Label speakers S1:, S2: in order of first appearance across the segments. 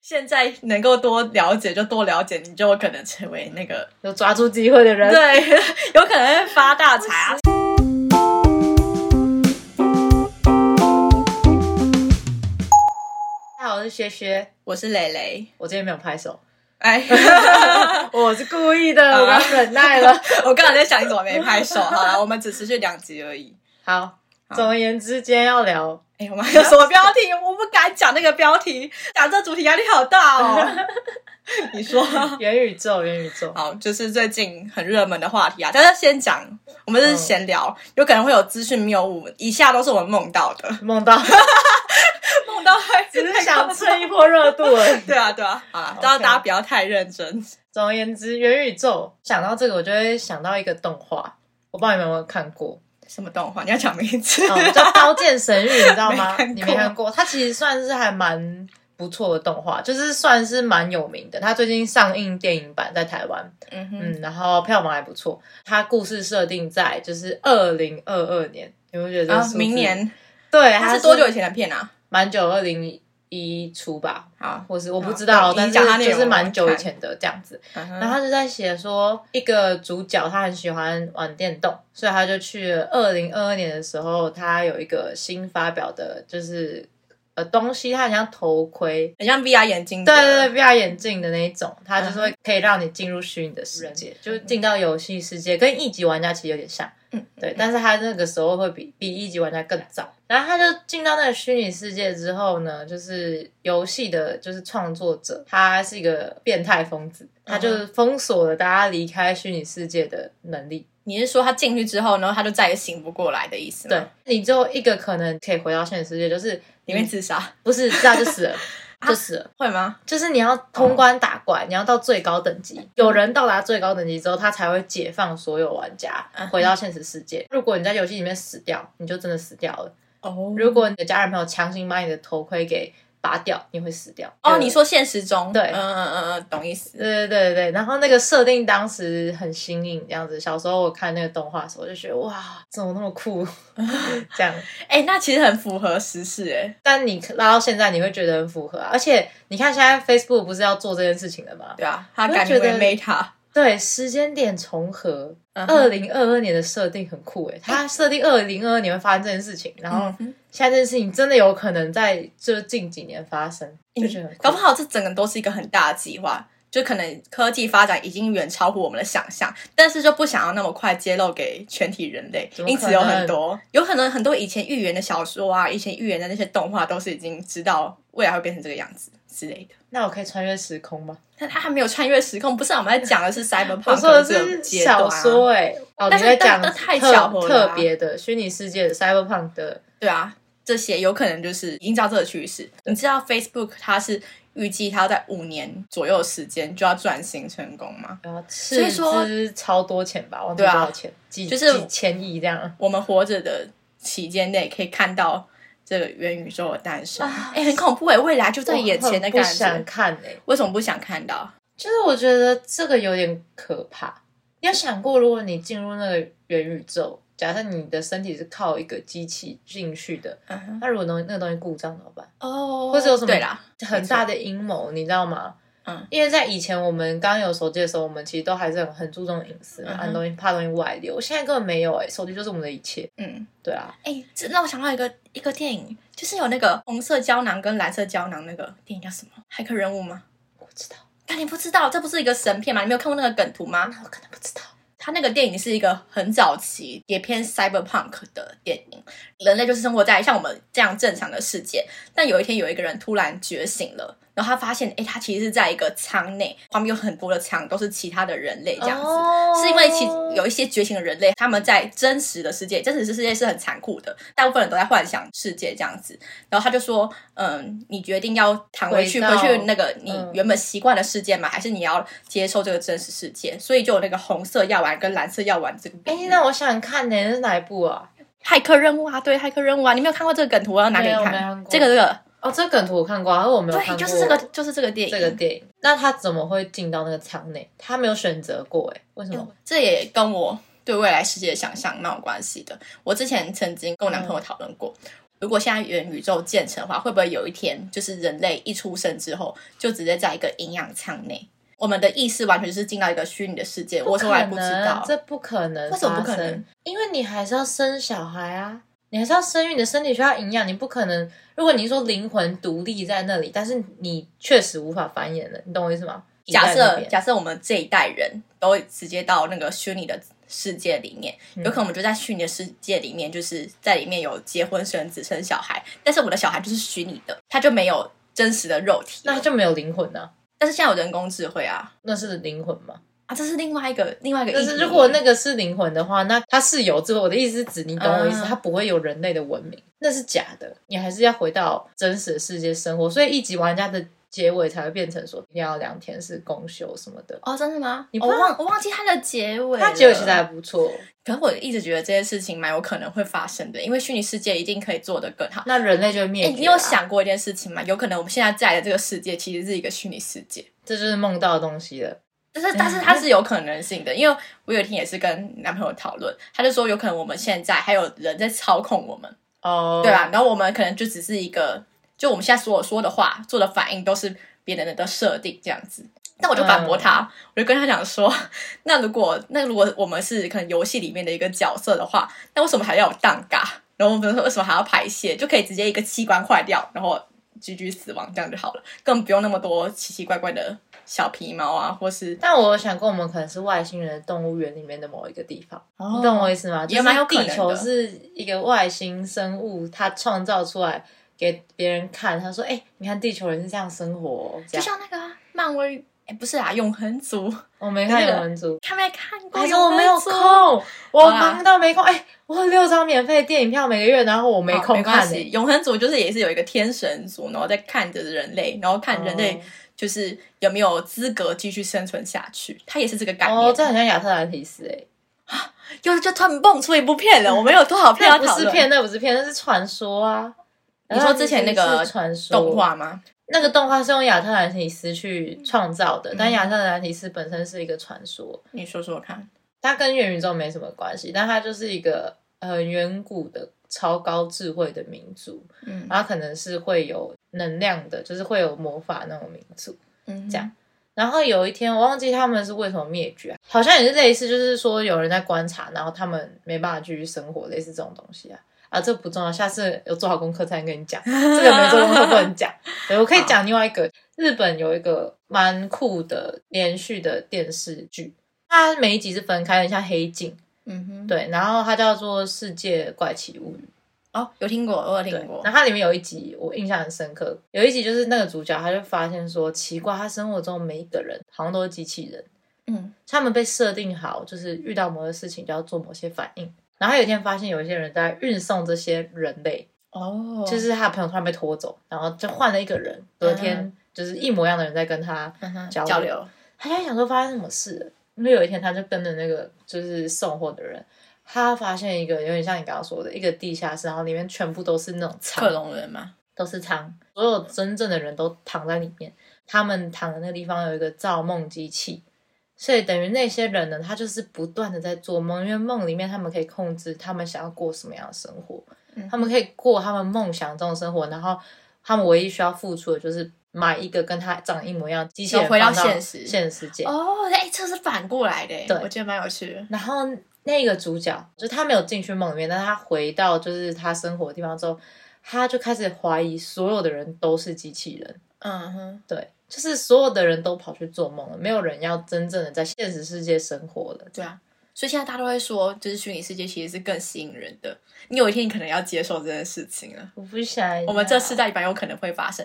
S1: 现在能够多了解就多了解，你就有可能成为那个
S2: 有抓住机会的人，
S1: 对， 有可能会发大财啊！
S2: 大家好，我是薛薛，
S1: 我是蕾蕾，
S2: 我今天没有 拍手，
S1: 哎，
S2: 我是故意的，我刚忍耐了。
S1: 我刚才在想你怎么没拍手。好了，我们只持续两集而已。
S2: 好，总而言之，今天要聊
S1: 哎，我们还有什么标题？我不敢讲那个标题，讲这主题压力好大 哦。你说。
S2: 元宇宙，元宇宙。
S1: 好，就是最近很热门的话题啊，但是先讲，我们是闲聊，有可能会有资讯谬误，以下都是我们梦到的，
S2: 梦到
S1: 梦到还
S2: 只是想蹭一波热度而已。
S1: 对啊，对啊，好啦，大家
S2: OK
S1: 大家不要太认真。
S2: 总而言之，元宇宙想到这个，我就会想到一个动画，我不知道你们有没有看过，
S1: 什么动画？你要讲名字？
S2: 嗯， 叫《刀剑神域》，你知道吗
S1: 没看？过
S2: 你没看过？它其实算是还蛮不错的动画，就是算是蛮有名的。它最近上映电影版在台湾，
S1: 嗯哼，
S2: 嗯，然后票房还不错。它故事设定在就是二零二二年，你会觉得这个
S1: 啊
S2: 数，字
S1: 明年
S2: 对，
S1: 它
S2: 它
S1: 是多久以？前的片啊？
S2: 蛮久，二零一出吧，
S1: 好，
S2: 或是我不知
S1: 好
S2: 道，
S1: 哦
S2: 但
S1: 你讲它
S2: 是
S1: 内容
S2: 就是
S1: 我
S2: 蛮久以
S1: 看
S2: 前的这样子。
S1: 嗯
S2: 然
S1: 哼
S2: 后他就在写说，一个主角他很喜欢玩电动，所以他就去二零二二年的时候，他有一个新发表的，就是呃东西，它很像头盔，
S1: 很像 VR 眼镜的。
S2: 对对对，VR 眼镜的那一种，它
S1: 嗯
S2: 就是会可以让你进入虚拟的世界，就是进到游戏世界，跟一级玩家其实有点像。
S1: 嗯，
S2: 对，但是他那个时候会比比一级玩家更早，然后他就进到那个虚拟世界之后呢，就是游戏的，就是创作者，他是一个变态疯
S1: 嗯
S2: 子，他就是封锁了大家离开虚拟世界的能力。
S1: 你是说他进去之后，然后他就再也醒不过来的意思吗？
S2: 对，，你只有一个可能可以回到现实世界，就是
S1: 嗯里面自杀
S2: 不是这样就 死了，就死了。
S1: 会吗？
S2: 就是你要通关打怪，你要到最高等级，
S1: 嗯
S2: 有人到达最高等级之后，他才会解放所有玩家
S1: 嗯哼
S2: 回到现实世界。如果你在游戏里面死掉，你就真的死掉了。
S1: 哦
S2: 如果你的家人朋友强行把你的头盔给拔掉，你会死掉。
S1: 哦，
S2: 对
S1: 你。说现实中，
S2: 对
S1: 嗯嗯嗯嗯，懂意思。
S2: 对对对对，然后那个设定当时很新颖，这样子。小时候我看那个动画的时候，我就觉得哇，怎么那么 酷，这样。
S1: 哎，那其实很符合时事哎。
S2: 但你拉到现在，你会觉得很符合、啊，而且你看现在 Facebook 不是要做这件事情了吗？
S1: 对啊，他
S2: 我就
S1: 改名
S2: 觉
S1: 为
S2: 得
S1: Meta。
S2: 对，时间点重合，
S1: 嗯
S2: 二
S1: 哼
S2: 零二二年的设定很酷 诶，它设定二零二二年会发生这件事情，然后
S1: 嗯哼
S2: 现在这件事情真的有可能在这近几年发生，就觉得很酷
S1: 搞不好这整个都是一个很大的计划，就可能科技发展已经远超乎我们的想象，但是就不想要那么快揭露给全体人类
S2: 怎，么
S1: 因
S2: 可
S1: 此有
S2: 能
S1: 很多有可能很多以前预言的小说啊，以前预言的那些动画都是已经知道未来会变成这个样子之类的。
S2: 那我可以穿越时空吗？
S1: 但他还没有穿越时空，不是啊我们在讲的是 cyberpunk
S2: 我说的
S1: 这个
S2: 是
S1: 阶段啊
S2: 小说诶，哦，
S1: 但
S2: 你
S1: 是
S2: 在
S1: 但
S2: 讲
S1: 但太
S2: 特
S1: 巧合了啊
S2: 特别的虚拟世界的 cyberpunk 的，
S1: 对啊，这些有可能就是已经知道这个趋势。你知道 Facebook 它是预计它要在五年左右的时间就要转型成功吗？
S2: 然后
S1: 以
S2: 斥
S1: 说
S2: 资呃超多钱吧，忘记
S1: 对
S2: 多
S1: 啊
S2: 少钱，几
S1: 就是
S2: 几千亿这样，
S1: 我们活着的期间内可以看到这个元宇宙的诞生，哎、很恐怖哎、未来就在眼前的
S2: 我很不
S1: 感
S2: 想
S1: 觉。
S2: 看欸诶。
S1: 为什么不想看到？
S2: 就是我觉得这个有点可怕。你有想过，如果你进入那个元宇宙，假设你的身体是靠一个机器进去的，
S1: 嗯哼
S2: 那如果东那个东西故障怎么办？
S1: 哦，
S2: 或者有什么
S1: 对啦，
S2: 很大的阴谋，你知道吗？
S1: 嗯，
S2: 因为在以前我们刚有手机的时候，我们其实都还是很很注重隐私嘛，
S1: 嗯哼
S2: 按东西怕东西外流。现在根本没有哎、手机就是我们的一切。
S1: 嗯，
S2: 对啊，
S1: 哎、这让我想到一个一个电影，就是有那个红色胶囊跟蓝色胶囊那个电影叫什么？骇客任务吗？
S2: 我知道，
S1: 但你不知道，这不是一个神片吗？你没有看过那个梗图吗？
S2: 啊那我可能不知道。
S1: 它那个电影是一个很早期也偏 cyberpunk 的电影，人类就是生活在像我们这样正常的世界，但有一天有一个人突然觉醒了，然后他发现，诶，他其实是在一个舱内，旁边有很多的舱都是其他的人类这样子。
S2: 哦
S1: 是因为其有一些觉醒的人类，他们在真实的世界，真实的世界是很残酷的，大部分人都在幻想世界这样子。然后他就说，嗯，你决定要躺回去，
S2: 回
S1: 回
S2: 到
S1: 去那个你
S2: 嗯
S1: 原本习惯的世界吗？还是你要接受这个真实世界？所以就有那个红色药丸跟蓝色药丸这个比
S2: 哎、
S1: 喻。
S2: 那我想看呢、那是哪一部啊？
S1: 骇客任务啊，对，骇客任务啊，你没有看过这个梗图，我要拿给你
S2: 没有
S1: 看。
S2: 没看过
S1: 这个这个，
S2: 哦，这个梗图我看过啊，而我没有看
S1: 对，
S2: 过。
S1: 就是这个，就是这个电影。
S2: 这个电影，那他怎么会进到那个舱内？他没有选择过哎、为什么？
S1: 这也跟我对未来世界的想象蛮有关系的。我之前曾经跟我男朋友讨论过，如果现在元宇宙建成的话，会不会有一天就是人类一出生之后就直接在一个营养舱内，我们的意识完全是进到一个虚拟的世界？我从来不知道，
S2: 这哎不可能，
S1: 为什么不可能？
S2: 因为你还是要生小孩啊，你还是要生育，你的身体需要营养，你不可能。如果你说灵魂独立在那里，但是你确实无法繁衍了，你懂我意思吗？
S1: 假
S2: 移在那
S1: 设
S2: 边
S1: 假设我们这一代人都直接到那个虚拟的世界里面，
S2: 嗯
S1: 有可能我们就在虚拟的世界里面，就是在里面有结婚生子生小孩，但是我的小孩就是虚拟的，他就没有真实的肉体。
S2: 那就没有灵魂啊，
S1: 但是现在有人工智慧啊
S2: 那是灵魂吗？
S1: 啊，这是另外一个另外一个
S2: 但
S1: 议题。
S2: 是如果那个是灵魂的话，那它是有智慧。我的意思是指，你懂我意思，
S1: 嗯
S2: 它不会有人类的文明，那是假的。你还是要回到真实的世界生活。所以一级玩家的结尾才会变成说，一定要两天是公休什么的。
S1: 哦，真的吗？
S2: 你
S1: 我
S2: 不知道
S1: 忘我忘记它的结尾了，
S2: 它结尾其实还不错。
S1: 可是我一直觉得这件事情蛮有可能会发生的，因为虚拟世界一定可以做得更好。
S2: 那人类就会
S1: 哎、
S2: 灭绝、啊
S1: 你有，想过一件事情吗？有可能我们现在在的这个世界其实是一个虚拟世界。啊
S2: 这就是梦到的东西了。
S1: 但是，但是它是有可能性的，因为我有一天也是跟男朋友讨论，他就说有可能我们现在还有人在操控我们，
S2: 哦，
S1: 对吧？？啊然后我们可能就只是一个，就我们现在所有说的话、做的反应都是别人的设定这样子。但我就反驳他，我就跟他讲说， 那如果那如果我们是可能游戏里面的一个角色的话，那为什么还要有蛋嘎？然后我们说为什么还要排泄？就可以直接一个器官坏掉，然后居居死亡这样就好了，根本不用那么多奇奇怪怪的小皮毛啊，或是
S2: 但我有想过，我们可能是外星人的动物园里面的某一个地方，
S1: 哦
S2: 你懂我意思吗？
S1: 也蛮有可能
S2: 地
S1: 的
S2: 球是一个外星生物，它创造出来给别人看，他说：“哎、你看地球人是这样生活、哦。”这
S1: 就像
S2: 样
S1: 那个啊漫威，哎、不是啊，永恒族，
S2: 我没看有人组，
S1: 他没看过，
S2: 还说我没有空，我忙到没空。哎、我有六张免费电影票每个月，然后我没
S1: 好
S2: 空
S1: 没关
S2: 看、
S1: 系
S2: 欸。
S1: 永恒族就是也是有一个天神族，然后在看着人类，然后看人
S2: 哦
S1: 类就是有没有资格继续生存下去，它也是这个概念。
S2: 哦，这很像亚特兰提斯哎、
S1: 又就突然蹦出一部片了，我们有多少片要
S2: 嗯那不
S1: 讨
S2: 是
S1: 论？
S2: 片，那不是片，那是传说啊。
S1: 你说之前那个
S2: 然后其实是传说
S1: 动画吗？
S2: 那个动画是用亚特兰提斯去创造的，但亚特兰提斯本身是一个传说，
S1: 你说说看。
S2: 它跟元宇宙没什么关系，但它就是一个很远古的超高智慧的民族，
S1: 嗯
S2: 然后可能是会有能量的，就是会有魔法那种民族。
S1: 嗯，
S2: 这样然后有一天，我忘记他们是为什么灭绝、啊，好像也是类似，就是说有人在观察，然后他们没办法继续生活，类似这种东西啊。啊，这不重要，下次有做好功课再跟你讲。这个没做功课不能讲。对，我可以讲另外一个，日本有一个蛮酷的连续的电视剧，它每一集是分开的，像黑镜。
S1: 嗯哼，
S2: 对，然后它叫做《世界怪奇物语》。
S1: 哦，有听过，我有
S2: 对
S1: 听过，
S2: 然。后它里面有一集我印象很深刻，有一集就是那个主角他就发现说，奇怪，他生活中每一个人好像都是机器人。
S1: 嗯，
S2: 他们被设定好，就是遇到某些事情就要做某些反应。然后他有一天发现有一些人在运送这些人类，
S1: 哦，
S2: 就是他的朋友突然被拖走，然后就换了一个人，隔天就是一模一样的人在跟他
S1: 嗯哼
S2: 交
S1: 交
S2: 流
S1: 流
S2: 他在想说发生什么事了，因为有一天他就跟着那个就是送货的人，他发现一个有点像你刚刚说的一个地下室，然后里面全部都是那种仓
S1: 克，隆人嘛。
S2: 都是仓，所有真正的人都躺在里面。他们躺的那个地方有一个造梦机器，所以等于那些人呢，他就是不断的在做梦，因为梦里面他们可以控制他们想要过什么样的生活，
S1: 嗯
S2: 他们可以过他们梦想中的生活，然后他们唯一需要付出的就是买一个跟他长一模一样的机器人
S1: 要回到
S2: 放
S1: 现实
S2: 现实界。
S1: 哦，哎、这是反过来的耶，
S2: 对
S1: 我觉得蛮有趣的。
S2: 然后那个主角，就他没有进去梦里面，但他回到就是他生活的地方之后，他就开始怀疑所有的人都是机器人。
S1: 嗯哼，
S2: 对，就是所有的人都跑去做梦了，没有人要真正的在现实世界生活了。
S1: 对啊，所以现在大家都会说，就是虚拟世界其实是更吸引人的。你有一天你可能要接受这件事情了。
S2: 我不想，
S1: 我们这世代里边有可能会发生。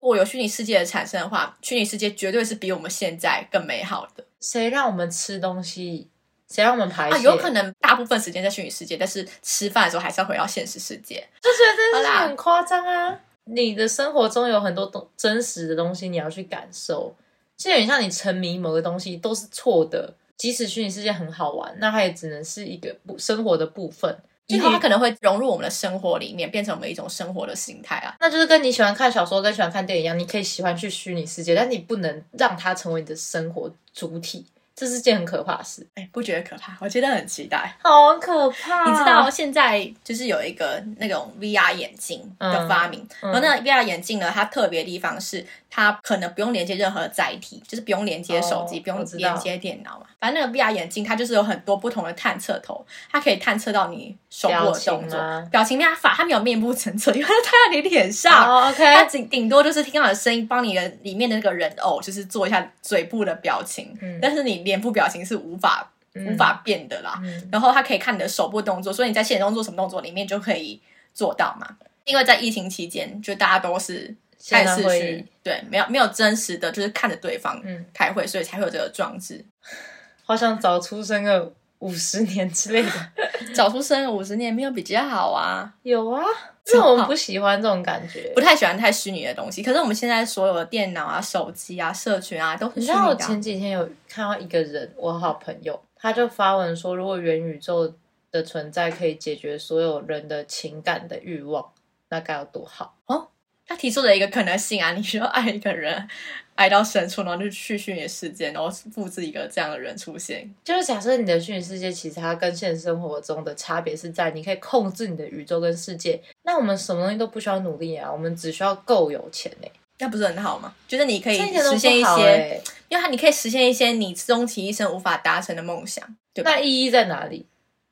S1: 如果有虚拟世界的产生的话，虚拟世界绝对是比我们现在更美好的
S2: 谁让我们吃东西，谁让我们排泄？
S1: 啊！有可
S2: 能
S1: 能大部分时间在虚拟世界，但是吃饭的时候还是要回到现实世界。
S2: 就觉得这件事
S1: 好啦
S2: 情很夸张啊！你的生活中有很多东真实的东西，你要去感受。就有点像你沉迷某个东西都是错的，即使虚拟世界很好玩，那它也只能是一个不生活的部分。就
S1: 以后它
S2: 你
S1: 可能会融入我们的生活里面，变成我们一种生活的形态啊。
S2: 那就是跟你喜欢看小说跟喜欢看电影一样，你可以喜欢去虚拟世界，但你不能让它成为你的生活主体。这是件很可怕的事，
S1: 哎，不觉得可怕？我觉得很期待。
S2: 好可怕
S1: 你知
S2: 啊
S1: 道现在就是有一个那种 VR 眼镜的发明，
S2: 嗯嗯
S1: 然后那个 VR 眼镜呢，它特别的地方是它可能不用连接任何载体，就是不用连接手机，
S2: 哦
S1: 不用
S2: 我知道
S1: 连接电脑嘛。反正那个 VR 眼镜它就是有很多不同的探测头，它可以探测到你手部的动
S2: 表
S1: 作
S2: 情啊、
S1: 表情没办法，它没有面部侦测，因为它戴在你脸上。
S2: 哦
S1: 它
S2: ，OK，
S1: 顶顶多就是听到你的声音，帮你的里面的那个人偶，就是做一下嘴部的表情，
S2: 嗯
S1: 但是你脸部表情是无法、
S2: 嗯
S1: 无法变的啦。
S2: 嗯
S1: 然后它可以看你的手部动作，所以你在现实中做什么动作，里面就可以做到嘛。因为在疫情期间，就大家都是
S2: 线
S1: 看
S2: 上
S1: 视
S2: 会
S1: 讯
S2: 议，
S1: 对，没有没有真实的，就是看着对方
S2: 嗯
S1: 开会，所以才会有这个装置。
S2: 好想早出生个五十年之类的。
S1: 早出生五十年没有比较好啊，
S2: 有啊，因为我们不喜欢这种感觉
S1: 不。太喜欢太虚拟的东西。可是我们现在所有的电脑啊、手机啊、社群啊都是虚
S2: 你知
S1: 拟
S2: 道我
S1: 的啊、
S2: 前几天有看到一个人，我好朋友，他就发文说，如果元宇宙的存在可以解决所有人的情感的欲望，那该有多好！
S1: 他提出了一个可能性啊，你需要爱一个人，爱到深处，然后就去虚拟的世界，然后复制一个这样的人出现。
S2: 就是假设你的虚拟世界，其实它跟现实生活中的差别是在你可以控制你的宇宙跟世界。那我们什么东西都不需要努力啊，我们只需要够有钱呢、
S1: 那不是很好吗？就是你可以
S2: 这一点都
S1: 实现一
S2: 不好
S1: 些
S2: 欸
S1: 因为它你可以实现一些你终其一生无法达成的梦想，对吧？
S2: 那意义在哪里？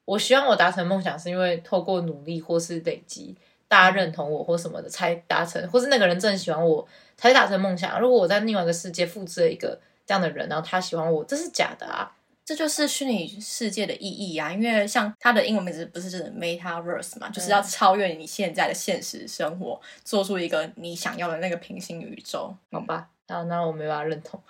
S2: 我希望我达成梦想，是因为透过努力或是累积，大家认同我或什么的才达成，或是那个人真的喜欢我才达成梦想。如果我在另外一个世界复制了一个这样的人，然后他喜欢我，这是假的啊！
S1: 这就是虚拟世界的意义啊！因为像它的英文名字不是就是 Metaverse 嘛，就是要超越你现在的现实生活，做出一个你想要的那个平行宇宙，好
S2: 嗯
S1: 吧？
S2: 那那我没办法认同。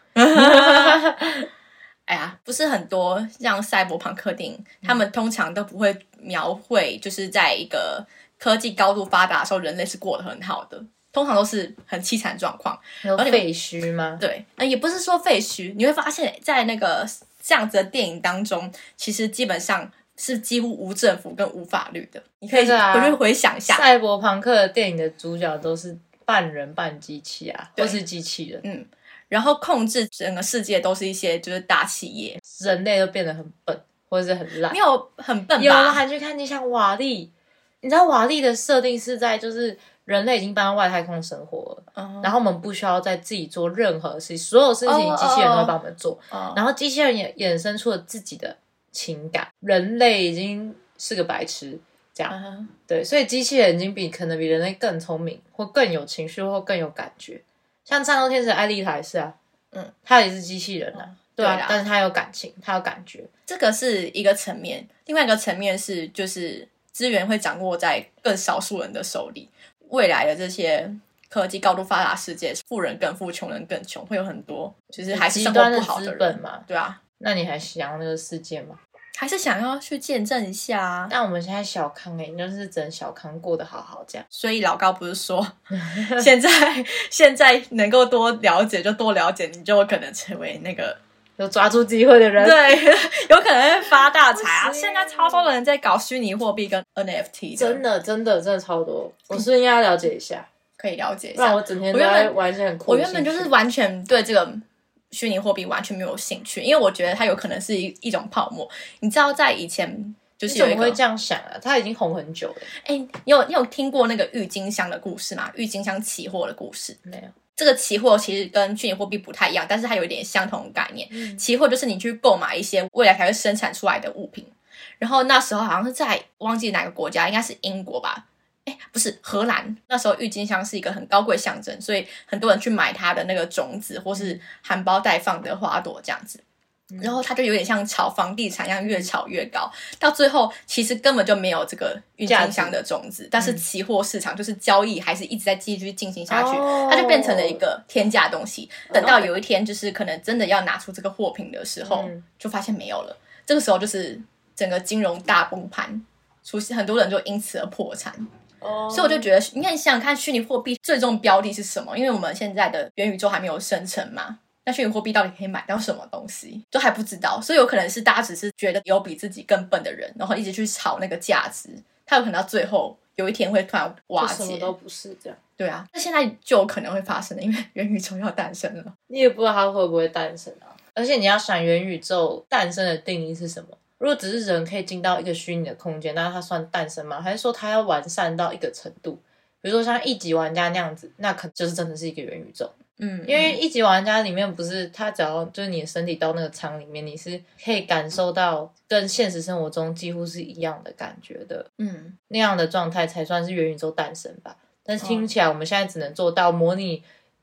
S1: 哎呀，不是很多像赛博朋克电影，他们通常都不会描绘，就是在一个科技高度发达的时候，人类是过得很好的，通常都是很凄惨的状况。
S2: 有
S1: 而且
S2: 废墟吗？
S1: 对，呃，也不是说废墟，你会发现在那个这样子的电影当中，其实基本上是几乎无政府跟无法律的。你可以
S2: 是啊
S1: 回去回想一下，
S2: 赛博朋克的电影的主角都是半人半机器啊，
S1: 对
S2: 或是机器人，
S1: 然后控制整个世界都是一些就是大企业，
S2: 人类都变得很笨或者是很烂
S1: 没。有很笨
S2: 啊有了
S1: 吧？
S2: 还去看你像瓦力，你知道瓦力的设定是在就是人类已经搬到外太空生活了，
S1: 嗯
S2: 然后我们不需要再自己做任何事情，所有事情
S1: 哦
S2: 机器人都
S1: 哦
S2: 会帮我们做，
S1: 哦
S2: 然后机器人也衍生出了自己的情感，人类已经是个白痴。这样
S1: 嗯
S2: 对，所以机器人已经比可能比人类更聪明，或更有情绪，或更有感觉。像战斗天使艾丽塔也是啊，
S1: 嗯，哦
S2: 她也是机器人啊，对
S1: 对
S2: 啊
S1: 啦，
S2: 但是她有感情，她有感觉，
S1: 这个是一个层面，另外一个层面是就是资源会掌握在更少数人的手里。未来的这些科技高度发达世界，富人更富，穷人更穷，会有很多就是还是
S2: 极
S1: 生活
S2: 端
S1: 不
S2: 的
S1: 好的
S2: 资
S1: 人，
S2: 本嘛。
S1: 对啊。
S2: 那你还想要那个世界吗？
S1: 还是想要去见证一下啊。
S2: 但我们现在小康哎、欸，就是整小康过得好好这样。
S1: 所以老高不是说， 现在现在能够多了解就多了解，你就有可能成为那个
S2: 有抓住机会的人，
S1: 对， 有可能会发大财啊！
S2: 呃不行
S1: 现在超多人在搞虚拟货币跟 NFT
S2: 真
S1: 的，
S2: 的真的真的超多。我是应该要了解一下，
S1: 可以了解一
S2: 不然
S1: 下。
S2: 我整天
S1: 我
S2: 都
S1: 原本
S2: 在玩一些很酷
S1: 我
S2: 的
S1: 原
S2: 兴趣。
S1: 本就是完全对这个虚拟货币完全没有兴趣，因为我觉得它有可能是一一种泡沫。你知道，在以前就
S2: 你
S1: 是
S2: 怎
S1: 有一
S2: 么
S1: 个
S2: 会这样想啊？他已经红很久了、
S1: 哎、你有你有听过那个郁金香的故事吗？郁金香起货的故事。
S2: 没有？
S1: 这个期货其实跟虚拟货币不太一样，但是它有一点相同的概念。期货就是你去购买一些未来才会生产出来的物品，然后那时候好像是在忘记哪个国家，应该是英国吧。哎，不是荷兰，那时候郁金香是一个很高贵象征，所以很多人去买它的那个种子，或是含苞待放的花朵这样子。然后它就有点像炒房地产一样，越炒越高，到最后其实根本就没有这个郁金香的种子，但是期货市场就是交易还是一直在继续进行下去，
S2: 哦
S1: 它就变成了一个天价东西。等到有一天就是可能真的要拿出这个货品的时候，
S2: 嗯
S1: 就发现没有了。这个时候就是整个金融大崩盘，出现很多人就因此而破产。
S2: 哦
S1: 所以我就觉得，你看你想想看，虚拟货币最终标的是什么？因为我们现在的元宇宙还没有生成嘛，那虚拟货币到底可以买到什么东西，都还不知道。所以有可能是大家只是觉得有比自己更笨的人，然后一直去炒那个价值，他有可能到最后有一天会突然瓦
S2: 就什么
S1: 解。
S2: 都不是这样，
S1: 对 啊，那现在就有可能会发生的，因为元宇宙要诞生了。
S2: 你也不知道他会不会诞生啊。而且你要想元宇宙诞生的定义是什么？如果只是人可以进到一个虚拟的空间，那它算诞生吗？还是说它要完善到一个程度？比如说像一级玩家那样子，那可能就是真的是一个元宇宙。
S1: 嗯，
S2: 因为一级玩家里面不是他只要就是你的身体到那个舱里面，你是可以感受到跟现实生活中几乎是一样的感觉的，
S1: 嗯，
S2: 那样的状态才算是元宇宙诞生吧。但是
S1: 哦
S2: 听起来我们现在只能做到模拟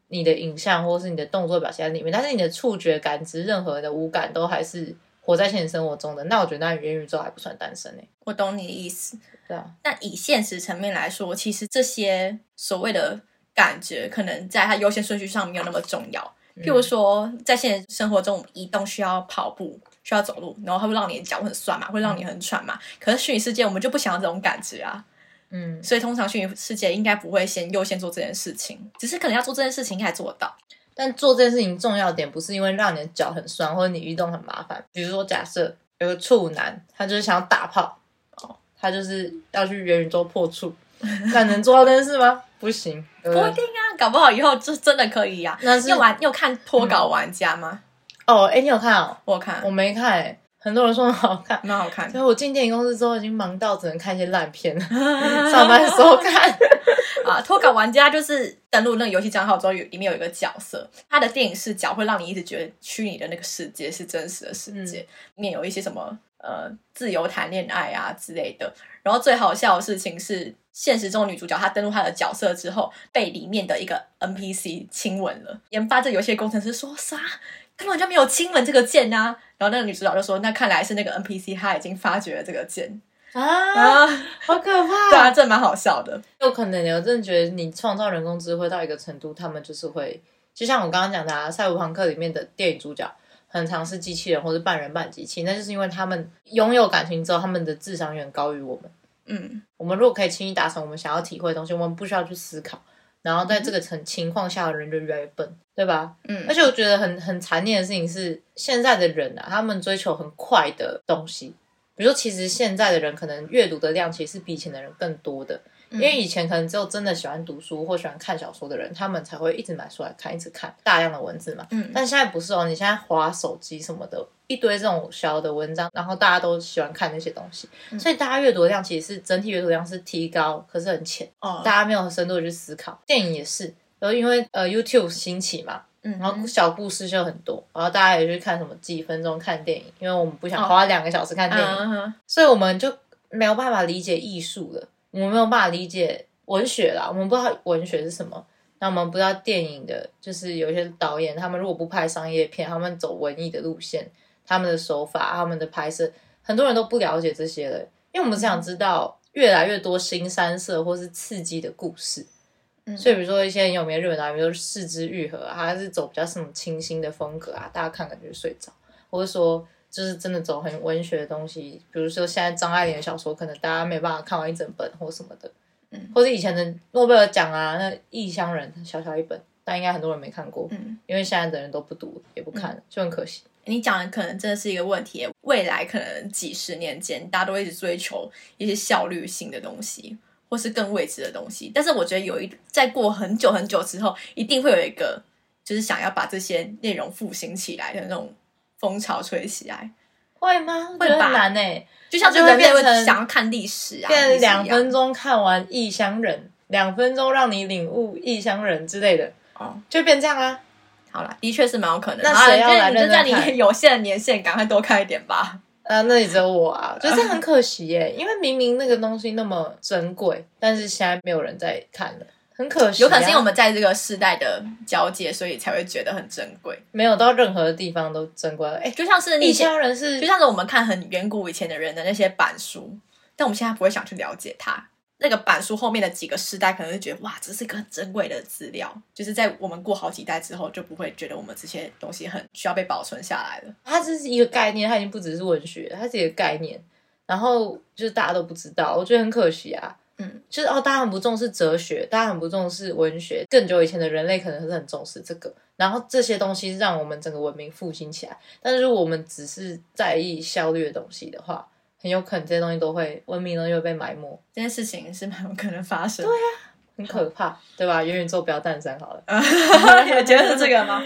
S2: 你的影像或是你的动作表现在里面，但是你的触觉感知、任何的五感都还是活在现实生活中的。那我觉得那元宇宙还不算诞生呢、欸
S1: 我懂你的意思。
S2: 对啊，
S1: 但以现实层面来说，其实这些所谓的感觉，可能在它优先顺序上没有那么重要。譬如说，在现实生活中，我们移动需要跑步，需要走路，然后它会让你的脚很酸嘛，会让你很喘嘛。可是虚拟世界，我们就不想要这种感觉啊。
S2: 嗯，
S1: 所以通常虚拟世界应该不会先优先做这件事情，只是可能要做这件事情才做得到。
S2: 但做这件事情重要点不是因为让你的脚很酸或者你运动很麻烦，比如说假设有个处男，他就是想要打炮，哦，他就是要去元宇宙破处，那能做到这件事吗？不行，对
S1: 不
S2: 不
S1: 一
S2: 对？
S1: 定啊，搞不好以后就真的可以呀、啊。
S2: 那是
S1: 你有玩，你有看脱稿玩家吗？
S2: 哦，哎、你有看哦？
S1: 我有看
S2: 我没看、欸，很多人说很好看，
S1: 蛮好看的
S2: 所。以我进电影公司之后已经忙到只能看一些烂片了， 上班的时候看。
S1: 啊，脱稿玩家就是登录那个游戏账号之后，有里面有一个角色，他的电影视角会让你一直觉得虚拟的那个世界是真实的世界，里面有一些什么呃自由谈恋爱啊之类的。然后最好笑的事情是，现实中的女主角她登录她的角色之后，被里面的一个 NPC 亲吻了。研发这游戏的工程师说啥？根本就没有亲吻这个键啊！然后那个女主角就说：“那看来是那个 NPC 他已经发掘了这个键
S2: 啊，
S1: 啊！”
S2: 好可
S1: 对啊，
S2: 怕！哦
S1: 这蛮好笑的。
S2: 有可能欸我真的觉得你创造人工智慧到一个程度，他们就是会，就像我刚刚讲的、啊，《赛博朋克》里面的电影主角，很常是机器人或是半人半机器，那就是因为他们拥有感情之后，他们的智商远高于我们。
S1: 嗯，
S2: 我们如果可以轻易达成我们想要体会的东西，我们不需要去思考，然后在这个情情况下，人就越来越笨，对吧？
S1: 嗯
S2: 而且我觉得很很残念的事情是，现在的人啊，他们追求很快的东西，比如说，其实现在的人可能阅读的量其实是比以前的人更多的，因为以前可能只有真的喜欢读书或喜欢看小说的人，他们才会一直买书来看，一直看大量的文字嘛。
S1: 嗯
S2: 但现在不是哦，你现在划手机什么的，一堆这种小的文章，然后大家都喜欢看那些东西，
S1: 嗯
S2: 所以大家阅读量其实是整体阅读量是提高，可是很浅，
S1: 哦
S2: 大家没有深度的去思考。电影也是，然后因为呃 YouTube 兴起嘛，
S1: 嗯
S2: 然后小故事就很多，然后大家也去看什么几分钟看电影，因为我们不想花两个小时看电影，
S1: 哦嗯
S2: 所以我们就没有办法理解艺术了，我们没有办法理解文学啦，我们不知道文学是什么，那我们不知道电影的，就是有一些导演他们如果不拍商业片，他们走文艺的路线，他们的手法、他们的拍摄，很多人都不了解这些了，因为我们只想知道越来越多新三色或是刺激的故事。
S1: 嗯
S2: 所以，比如说一些很有名的日本导演，比如说四肢愈合、啊，他是走比较什么清新的风格啊，大家看感觉睡着。或者说就是真的走很文学的东西，比如说现在张爱玲的小说，可能大家没办法看完一整本或什么的，
S1: 嗯
S2: 或者以前的诺贝尔奖啊，那《异乡人》小小一本，但应该很多人没看过，
S1: 嗯，
S2: 因为现在的人都不读也不看了，就很可惜。
S1: 你讲的可能真的是一个问题。未来可能几十年间，大家都会一直追求一些效率性的东西，或是更未知的东西。但是我觉得有一在过很久很久之后，一定会有一个就是想要把这些内容复兴起来的那种风潮吹起来。
S2: 会吗？
S1: 会吧
S2: 我觉得很难呢、欸
S1: 就像是
S2: 它就会
S1: 人类会
S2: 变成
S1: 想要看历史啊，
S2: 变
S1: 历史一
S2: 两
S1: 样
S2: 分钟看完《异乡人》，两分钟让你领悟《异乡人》之类的，
S1: 哦，
S2: 就变这样啊。
S1: 好啦，的，E 确是蛮有可能的。
S2: 那谁
S1: 啊
S2: 要
S1: 就
S2: 来
S1: 你就
S2: 认
S1: 在
S2: 真
S1: 你
S2: 看
S1: 有限的年限，赶快多看一点吧。
S2: 啊，那里只有我啊，就是很可惜耶，因为明明那个东西那么珍贵，但是现在没有人在看了，很可 惜啊、
S1: 有可能是因为我们在这个世代的交界，所以才会觉得很珍贵。
S2: 没有到任何地方都珍贵了。哎、
S1: 就像是你以
S2: 异
S1: 前，
S2: 乡人是
S1: 就像是我们看很远古以前的人的那些板书，但我们现在不会想去了解它。那个板书后面的几个世代，可能会觉得哇，这是一个很珍贵的资料，就是在我们过好几代之后，就不会觉得我们这些东西很需要被保存下来了。
S2: 它只是一个概念，它已经不只是文学，它是一个概念。然后就是大家都不知道，我觉得很可惜啊。
S1: 嗯，
S2: 就是哦，大家很不重视哲学，大家很不重视文学。更久以前的人类可能是很重视这个，然后这些东西让我们整个文明复兴起来。但是如果我们只是在意效率的东西的话，很有可能这些东西都会文明都会被埋没。
S1: 这件事情是蛮有可能发生。对啊，
S2: 很可怕，对吧？元宇宙不要诞生好了。
S1: 你们觉得是这个吗？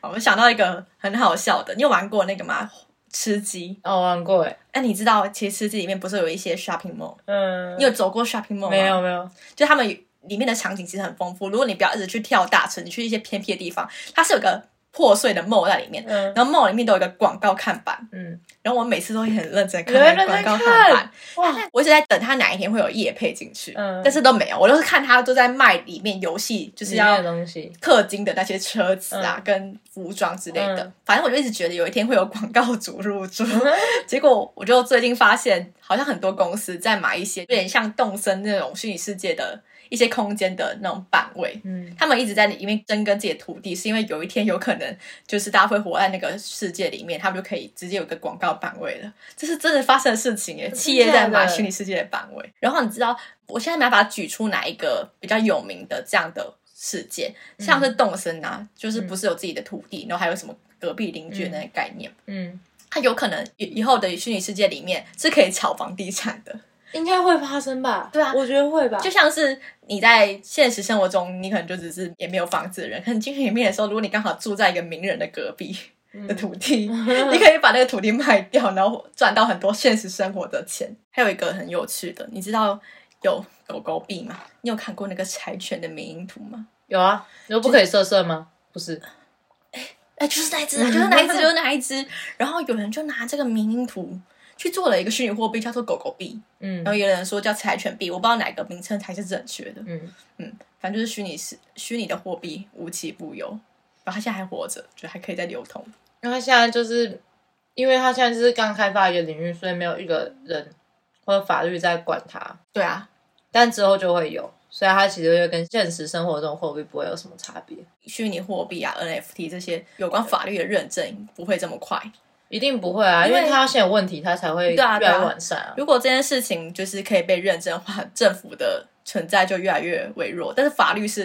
S1: 好我想到一个很好笑的，你有玩过那个吗？吃鸡？
S2: 哦，我玩过哎，
S1: 哎、你知道其实吃鸡里面不是有一些 shopping mall？
S2: 嗯，
S1: 你有走过 shopping mall 吗？
S2: 没有没有？
S1: 就他们里面的场景其实很丰富。如果你不要一直去跳大城，你去一些偏僻的地方，它是有个破碎的 mall 在里面，
S2: 嗯
S1: 然后 mall 里面都有一个广告看板，
S2: 嗯，
S1: 然后我每次都会很认真地
S2: 有
S1: 看
S2: 人
S1: 那
S2: 认
S1: 个广
S2: 真
S1: 告看板
S2: 看，，哇，
S1: 我一直在等它哪一天会有夜配进去，
S2: 嗯
S1: 但是都没有，我都是看它都在卖里面游戏就是
S2: 里面
S1: 要
S2: 的东西，
S1: 氪金的那些车子啊，跟服装之类的。反正我就一直觉得有一天会有广告主入驻，结果我就最近发现，好像很多公司在买一些有点像动森那种虚拟世界的一些空间的那种版位。
S2: 嗯，
S1: 他们一直在里面争跟自己的土地，是因为有一天有可能就是大家会活在那个世界里面，他们就可以直接有个广告版位了。这是真的发生的事情耶！企业在买虚拟世界的版位。然后你知道，我现在没办法举出哪一个比较有名的这样的世界，像是动森啊，就是不是有自己的土地，然后还有什么隔壁邻居的那个概念。
S2: 嗯，
S1: 它有可能以以后的虚拟世界里面是可以炒房地产的，
S2: 应该会发生吧？
S1: 对啊
S2: 我觉得会吧。
S1: 就像是你在现实生活中，你可能就只是也没有房子的人，可能进去里面的时候，如果你刚好住在一个名人的隔壁的土地，你可以把那个土地卖掉，然后赚到很多现实生活的钱。还有一个很有趣的，你知道有狗狗币吗？你有看过那个柴犬的迷因图吗？
S2: 有啊，你说不可以色色吗？不是，
S1: 哎，就是那一只啊，就是那一只，就是那一只。然后有人就拿这个迷因图去做了一个虚拟货币，叫做狗狗币。
S2: 嗯
S1: 然后有人说叫柴犬币，我不知道哪个名称才是正确的。
S2: 嗯，
S1: 嗯，反正就是虚拟是虚拟的货币无奇不有，然后它现在还活着，就还可以再流通。
S2: 因为他现在就是，因为他现在就是刚开发一个领域，所以没有一个人或者法律在管他，
S1: 对啊，
S2: 但之后就会有，所以它其实会跟现实生活中货币不会有什么差别，
S1: 虚拟货币啊、NFT 这些有关法律的认证不会这么快。
S2: 一定不会啊，
S1: 因
S2: 因
S1: 为
S2: 为它要先有问题，它才会越
S1: 对啊
S2: 来
S1: 对啊
S2: 越完善啊。
S1: 如果这件事情就是可以被认证的话，政府的存在就越来越微弱。但是法律是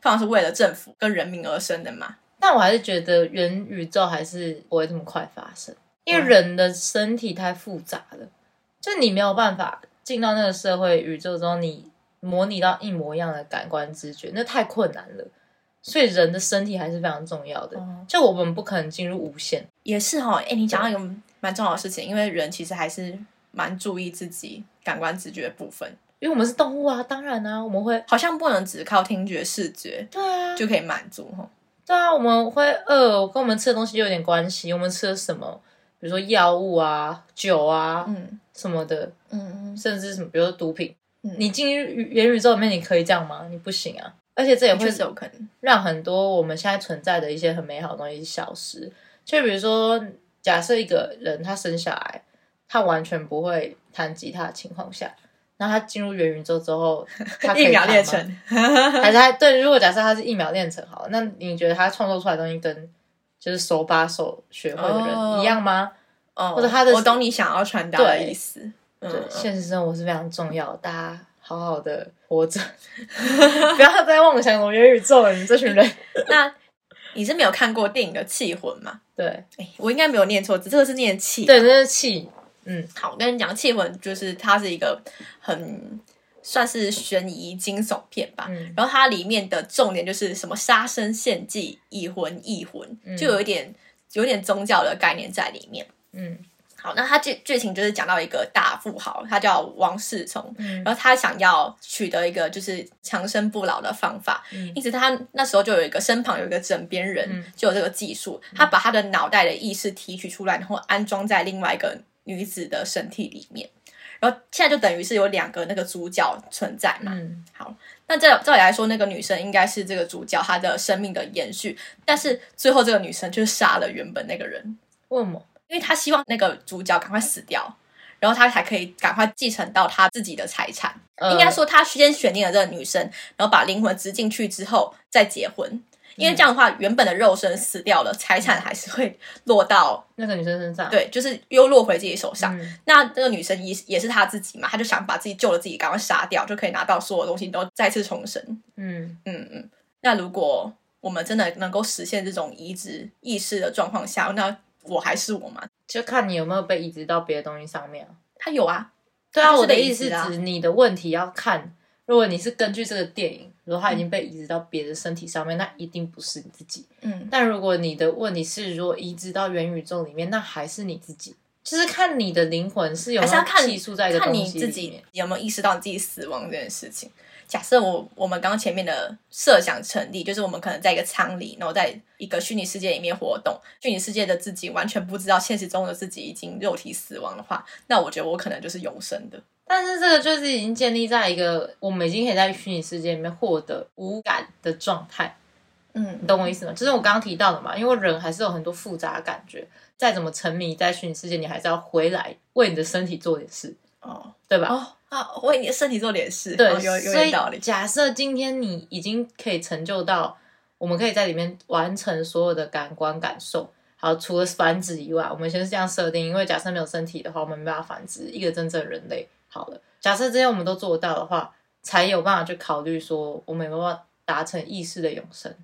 S1: 通常是为了政府跟人民而生的嘛。
S2: 但我还是觉得元宇宙还是不会这么快发生，因为人的身体太复杂了，就你没有办法进到那个社会宇宙中，你模拟到一模一样的感官知觉，那太困难了。所以人的身体还是非常重要的，
S1: 哦
S2: 就我们不可能进入无限，
S1: 也是哦，哎，你讲到一个蛮重要的事情，因为人其实还是蛮注意自己感官直觉的部分，
S2: 因为我们是动物啊，当然啊，我们会，
S1: 好像不能只靠听觉、视觉
S2: 对啊，
S1: 就可以满足哈。
S2: 对啊，我们会饿，跟我们吃的东西就有点关系，我们吃了什么，比如说药物啊、酒啊、
S1: 嗯
S2: 什么的，
S1: 嗯嗯。
S2: 甚至什么，比如说毒品，
S1: 嗯
S2: 你进入元宇宙里面，你可以这样吗？你不行啊！而且这也
S1: 确
S2: 会
S1: 实有可能。
S2: 让很多我们现在存在的一些很美好的东西消失。就比如说，假设一个人他生下来，他完全不会弹吉他的情况下，那他进入元宇宙之 后，他可以
S1: 一秒
S2: 弹吗
S1: 练，成，
S2: 还是他对？如果假设他是一秒练成好了，那你觉得他创作出来的东西跟就是手把手学会的
S1: 哦
S2: 人一样吗？
S1: 哦，
S2: 或者他的
S1: 我懂你想要传达的意思。
S2: 对
S1: 嗯，，
S2: 现实生活是非常重要，大家好好的活着， 不要再妄想什么元宇宙了，你们这群人。
S1: 那你是没有看过电影的《气魂》吗？
S2: 对
S1: 哎，我应该没有念错，只这个是念气。，
S2: 对，真是气，嗯，
S1: 好，我跟你讲，《气魂》就是它是一个很算是悬疑惊悚片吧。
S2: 嗯
S1: 然后它里面的重点就是什么杀生献祭、以魂、异魂，就有一点有点宗教的概念在里面。
S2: 嗯
S1: 好，那他剧剧情就是讲到一个大富豪，他叫王世聪，
S2: 嗯
S1: 然后他想要取得一个就是长生不老的方法，
S2: 嗯
S1: 因此他那时候就有一个身旁有一个枕边人，
S2: 嗯
S1: 就有这个技术，他把他的脑袋的意识提取出来，然后安装在另外一个女子的身体里面，然后现在就等于是有两个那个主角存在嘛，
S2: 嗯
S1: 那照照理来说，那个女生应该是这个主角她的生命的延续，但是最后这个女生就是杀了原本那个人，
S2: 为什么？
S1: 因为他希望那个主角赶快死掉，然后他才可以赶快继承到他自己的财产。
S2: 呃
S1: 应该说，他先选定了这个女生，然后把灵魂植进去之后再结婚。因为这样的话，原本的肉身死掉了，财产还是会落到
S2: 那个女生身上，
S1: 对，就是又落回自己手上。
S2: 嗯，
S1: 那这个女生也也是她自己嘛，她就想把自己救了自己，赶快杀掉，就可以拿到所有东西都再次重生。
S2: 嗯
S1: 嗯嗯，那如果我们真的能够实现这种移植意识的状况下，那我还是我嘛？
S2: 就看你有没有被移植到别的东西上面啊。
S1: 他有啊，
S2: 对
S1: 它
S2: 啊，
S1: 就是
S2: 我的
S1: 被移
S2: 意思
S1: 植啊
S2: 指你的问题要看如果你是根据这个电影，如果它已经被移植到别的身体上面，那一定不是你自己。
S1: 嗯，
S2: 但如果你的问题是，如果移植到元宇宙里面，那还是你自己。就是看你的灵魂是有
S1: 还是要
S2: 没有
S1: 看
S2: 寄宿在一个
S1: 看
S2: 东
S1: 你
S2: 西里
S1: 自
S2: 面。
S1: 己有没有意识到你自己死亡这件事情。假设我我们刚刚前面的设想成立，就是我们可能在一个舱里，然后在一个虚拟世界里面活动，虚拟世界的自己完全不知道现实中的自己已经肉体死亡的话，那我觉得我可能就是永生的。
S2: 但是这个就是已经建立在一个我们已经可以在虚拟世界里面获得无感的状态，
S1: 嗯
S2: 你懂我意思吗？就是我刚刚提到的嘛，因为人还是有很多复杂的感觉，再怎么沉迷在虚拟世界，你还是要回来为你的身体做点事，
S1: 哦
S2: 对吧？
S1: 哦啊，为你的身体做点事，
S2: 对，
S1: 哦有有
S2: 所
S1: 点
S2: 以
S1: 道理。
S2: 假设今天你已经可以成就到，我们可以在里面完成所有的感官感受。好，除了繁殖以外，我们先是这样设定，因为假设没有身体的话，我们没办法繁殖一个真正的人类。好了，假设这些我们都做到的话，才有办法去考虑说我们有没有办法达成意识的永生。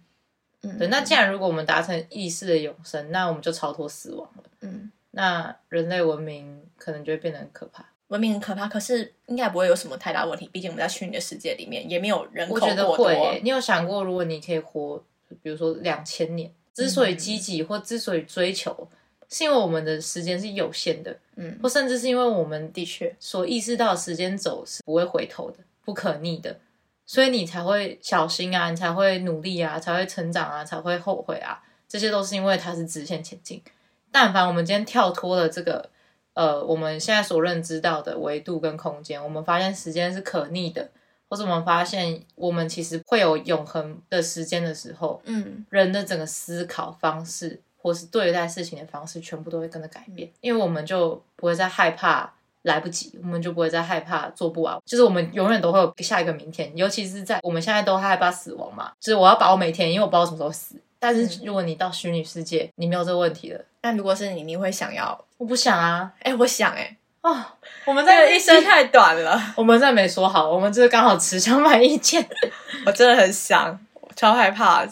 S1: 嗯，
S2: 对，那既然如果我们达成意识的永生，那我们就超脱死亡了。
S1: 嗯，
S2: 那人类文明可能就会变得很可怕。
S1: 文明很可怕，可是应该不会有什么太大问题，毕竟我们在虚拟的世界里面也没有人
S2: 我
S1: 口
S2: 觉得
S1: 过
S2: 会
S1: 多。
S2: 欸、你有想过，如果你可以活，比如说两千年，之所以
S1: 嗯
S2: 积极或之所以追求，是因为我们的时间是有限的，
S1: 嗯，
S2: 或甚至是因为我们
S1: 的确，
S2: 所意识到的时间轴是不会回头的、不可逆的，所以你才会小心啊，你才会努力啊，才会成长啊，才会后悔啊，这些都是因为它是直线前进。但凡我们今天跳脱了这个，呃，我们现在所认知到的维度跟空间，我们发现时间是可逆的，或者我们发现我们其实会有永恒的时间的时候，
S1: 嗯，
S2: 人的整个思考方式或是对待事情的方式，全部都会跟着改变，因为我们就不会再害怕来不及，我们就不会再害怕做不完，就是我们永远都会有下一个明天，尤其是在我们现在都害怕死亡嘛，就是我要把握每天，因为我不知道什么时候死。但是如果你到虚拟世界，你没有这个问题了，
S1: 那如果是你，你会想要？
S2: 我不想啊，
S1: 哎、我想、哎，
S2: 哦，我们
S1: 这
S2: 在
S1: 个一生太短了，
S2: 我们再没说好，我们就是刚好持相反意见。
S1: 我真的很想，我超害怕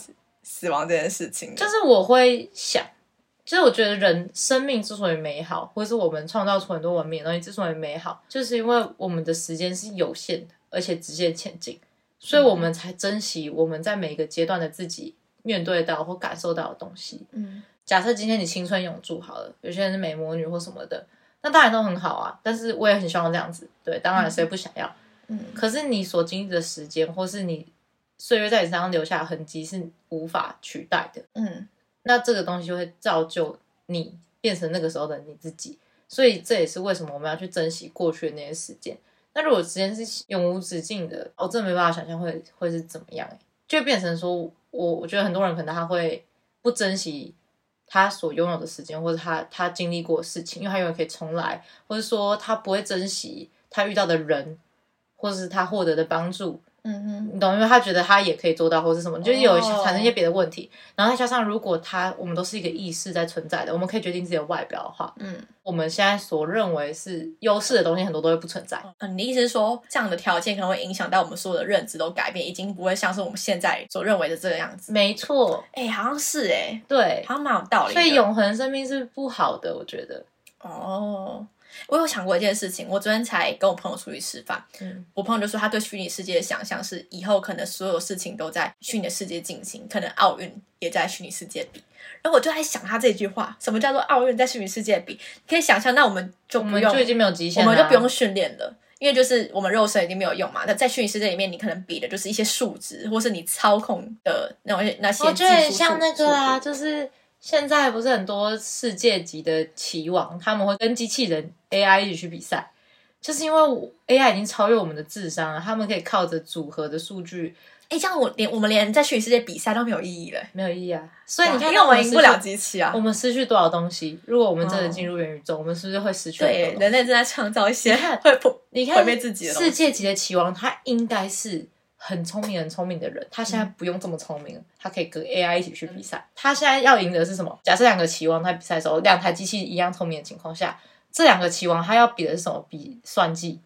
S1: 死亡这件事情的。
S2: 就是我会想，就是我觉得人生命之所以美好，或是我们创造出很多文明的东西之所以美好，就是因为我们的时间是有限的，而且直线前进，所以我们才珍惜我们在每一个阶段的自己面对到或感受到的东西。
S1: 嗯
S2: 假设今天你青春永驻好了，有些人是美魔女或什么的，那当然都很好啊。但是我也很希望这样子，对，当然谁不想要？
S1: 嗯
S2: 可是你所经历的时间，或是你岁月在你身上留下的痕迹是无法取代的。
S1: 嗯
S2: 那这个东西会造就你变成那个时候的你自己。所以这也是为什么我们要去珍惜过去的那些时间。那如果时间是永无止境的，哦我、真的没办法想象会会是怎么样、欸，就会变成说我我觉得很多人可能他会不珍惜他所拥有的时间，或者他他经历过的事情，因为他永远可以重来，或者说他不会珍惜他遇到的人，或者是他获得的帮助，
S1: 嗯哼，
S2: 你懂？因为他觉得他也可以做到，或是什么，就是有一些
S1: 哦
S2: 产生一些别的问题。然后再加上，如果他我们都是一个意识在存在的，我们可以决定自己的外表的话，
S1: 嗯，
S2: 我们现在所认为是优势的东西，很多都会不存在。
S1: 呃你的意思是说，这样的条件可能会影响到我们所有的认知都改变，已经不会像是我们现在所认为的这个样子。
S2: 没错，
S1: 哎、好像是哎、
S2: 对，
S1: 好像蛮有道理的。
S2: 所以永恒生命是不好的，我觉得。
S1: 哦，我有想过一件事情，我昨天才跟我朋友出去吃饭，
S2: 嗯，
S1: 我朋友就说他对虚拟世界的想象是以后可能所有事情都在虚拟的世界进行，可能奥运也在虚拟世界比。然后我就在想他这句话，什么叫做奥运在虚拟世界比？你可以想象，那我们就
S2: 我
S1: 不
S2: 们
S1: 用，
S2: 就已经没有极
S1: 我
S2: 限了啊，
S1: 们就不用训练了。因为就是我们肉身已经没有用嘛，那在虚拟世界里面，你可能比的就是一些数值，或是你操控的那种那些
S2: 我
S1: 技
S2: 觉
S1: 术数。
S2: 得很哦像那个啊，
S1: 数
S2: 就是现在不是很多世界级的棋王，他们会跟机器人 AI 一起去比赛，就是因为我 AI 已经超越我们的智商了，他们可以靠着组合的数据
S1: 值哎，这样我连我们连在虚拟世界比赛都没有意义了。
S2: 没有意义啊。所以你看，
S1: 因为我们赢不了
S2: 失去
S1: 机器啊嗯
S2: 我。们失去多少东西？如果我们真的进入元宇宙，我们是不是会失去很多
S1: 对，
S2: 东西
S1: 人类正在创造一些
S2: 你看
S1: 会不
S2: 你看，
S1: 毁灭自己的东西
S2: 世界级的棋王，他应该是很聪明、很聪明的人。他现在不用这么聪明了，他可以跟 AI 一起去比赛。他现在要赢的是什么？假设两个棋王在比赛的时候，两台机器一样聪明的情况下，这两个棋王他要比的是什么？比算计，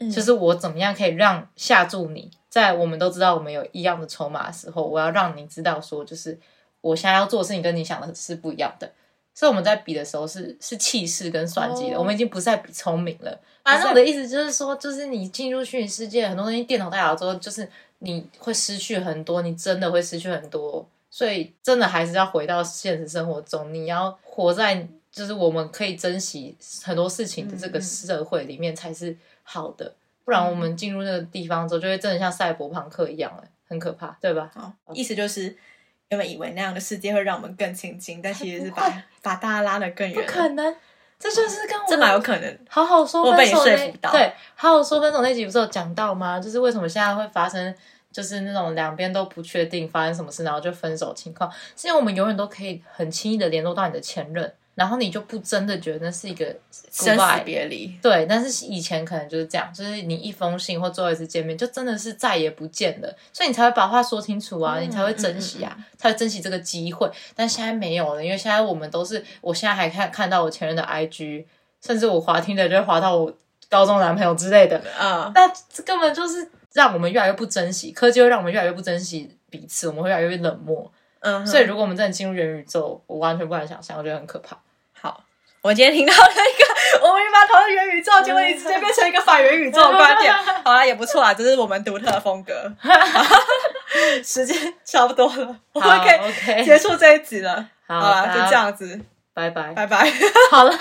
S1: 嗯
S2: 就是我怎么样可以让下注你，在我们都知道我们有一样的筹码的时候，我要让你知道说，就是我现在要做的事情跟你想的是不一样的。所以我们在比的时候是是气势跟算计的，
S1: 哦
S2: 我们已经不是在比聪明了。反正我的意思就是说，就是你进入虚拟世界，很多东西电脑带来之后，就是你会失去很多，你真的会失去很多。所以真的还是要回到现实生活中，你要活在就是我们可以珍惜很多事情的这
S1: 嗯
S2: 个
S1: 嗯
S2: 社会里面才是好的。不然我们进入那个地方之后，就会真的像赛博朋克一样了，很可怕，对吧？
S1: 哦，意思就是原本以为那样的世界会让我们更亲近，但其实是
S2: 不
S1: 把
S2: 会
S1: 把大家拉得更
S2: 不
S1: 远了，
S2: 可能，这就是跟我
S1: 这蛮有可能。
S2: 好好说
S1: 我被
S2: 分
S1: 你
S2: 手
S1: 说
S2: 那
S1: 服到
S2: 对，好好说分手那集不是有讲到吗？就是为什么现在会发生，就是那种两边都不确定发生什么事，然后就分手情况，是因为我们永远都可以很轻易的联络到你的前任，然后你就不真的觉得那是一个
S1: 生死
S2: goodbye
S1: 别离，
S2: 对，但是以前可能就是这样，就是你一封信或最后一次见面，就真的是再也不见了，所以你才会把话说清楚啊，
S1: 嗯
S2: 你才会珍惜啊，才会珍惜这个机会。但现在没有了，因为现在我们都是，我现在还看看到我前任的 IG，甚至我滑听的就会滑到我高中男朋友之类的，
S1: 啊、
S2: 那这根本就是让我们越来越不珍惜，科技会让我们越来越不珍惜彼此，我们会越来越冷漠。
S1: 嗯哼，
S2: 所以如果我们真的进入元宇宙，我完全不敢想象，我觉得很可怕。
S1: 好，我们今天听到了一个，我们 一般讨论元宇宙，结果你直接变成一个反元宇宙的观 点，好啦，也不错啦，这是我们独特的风格。 时间差不多了，我
S2: 好
S1: 们可以
S2: ，OK，
S1: 结束这一集了。
S2: 好
S1: 好啦，
S2: 啦，
S1: 就这，样子，
S2: 拜拜。
S1: 拜拜。
S2: 好了。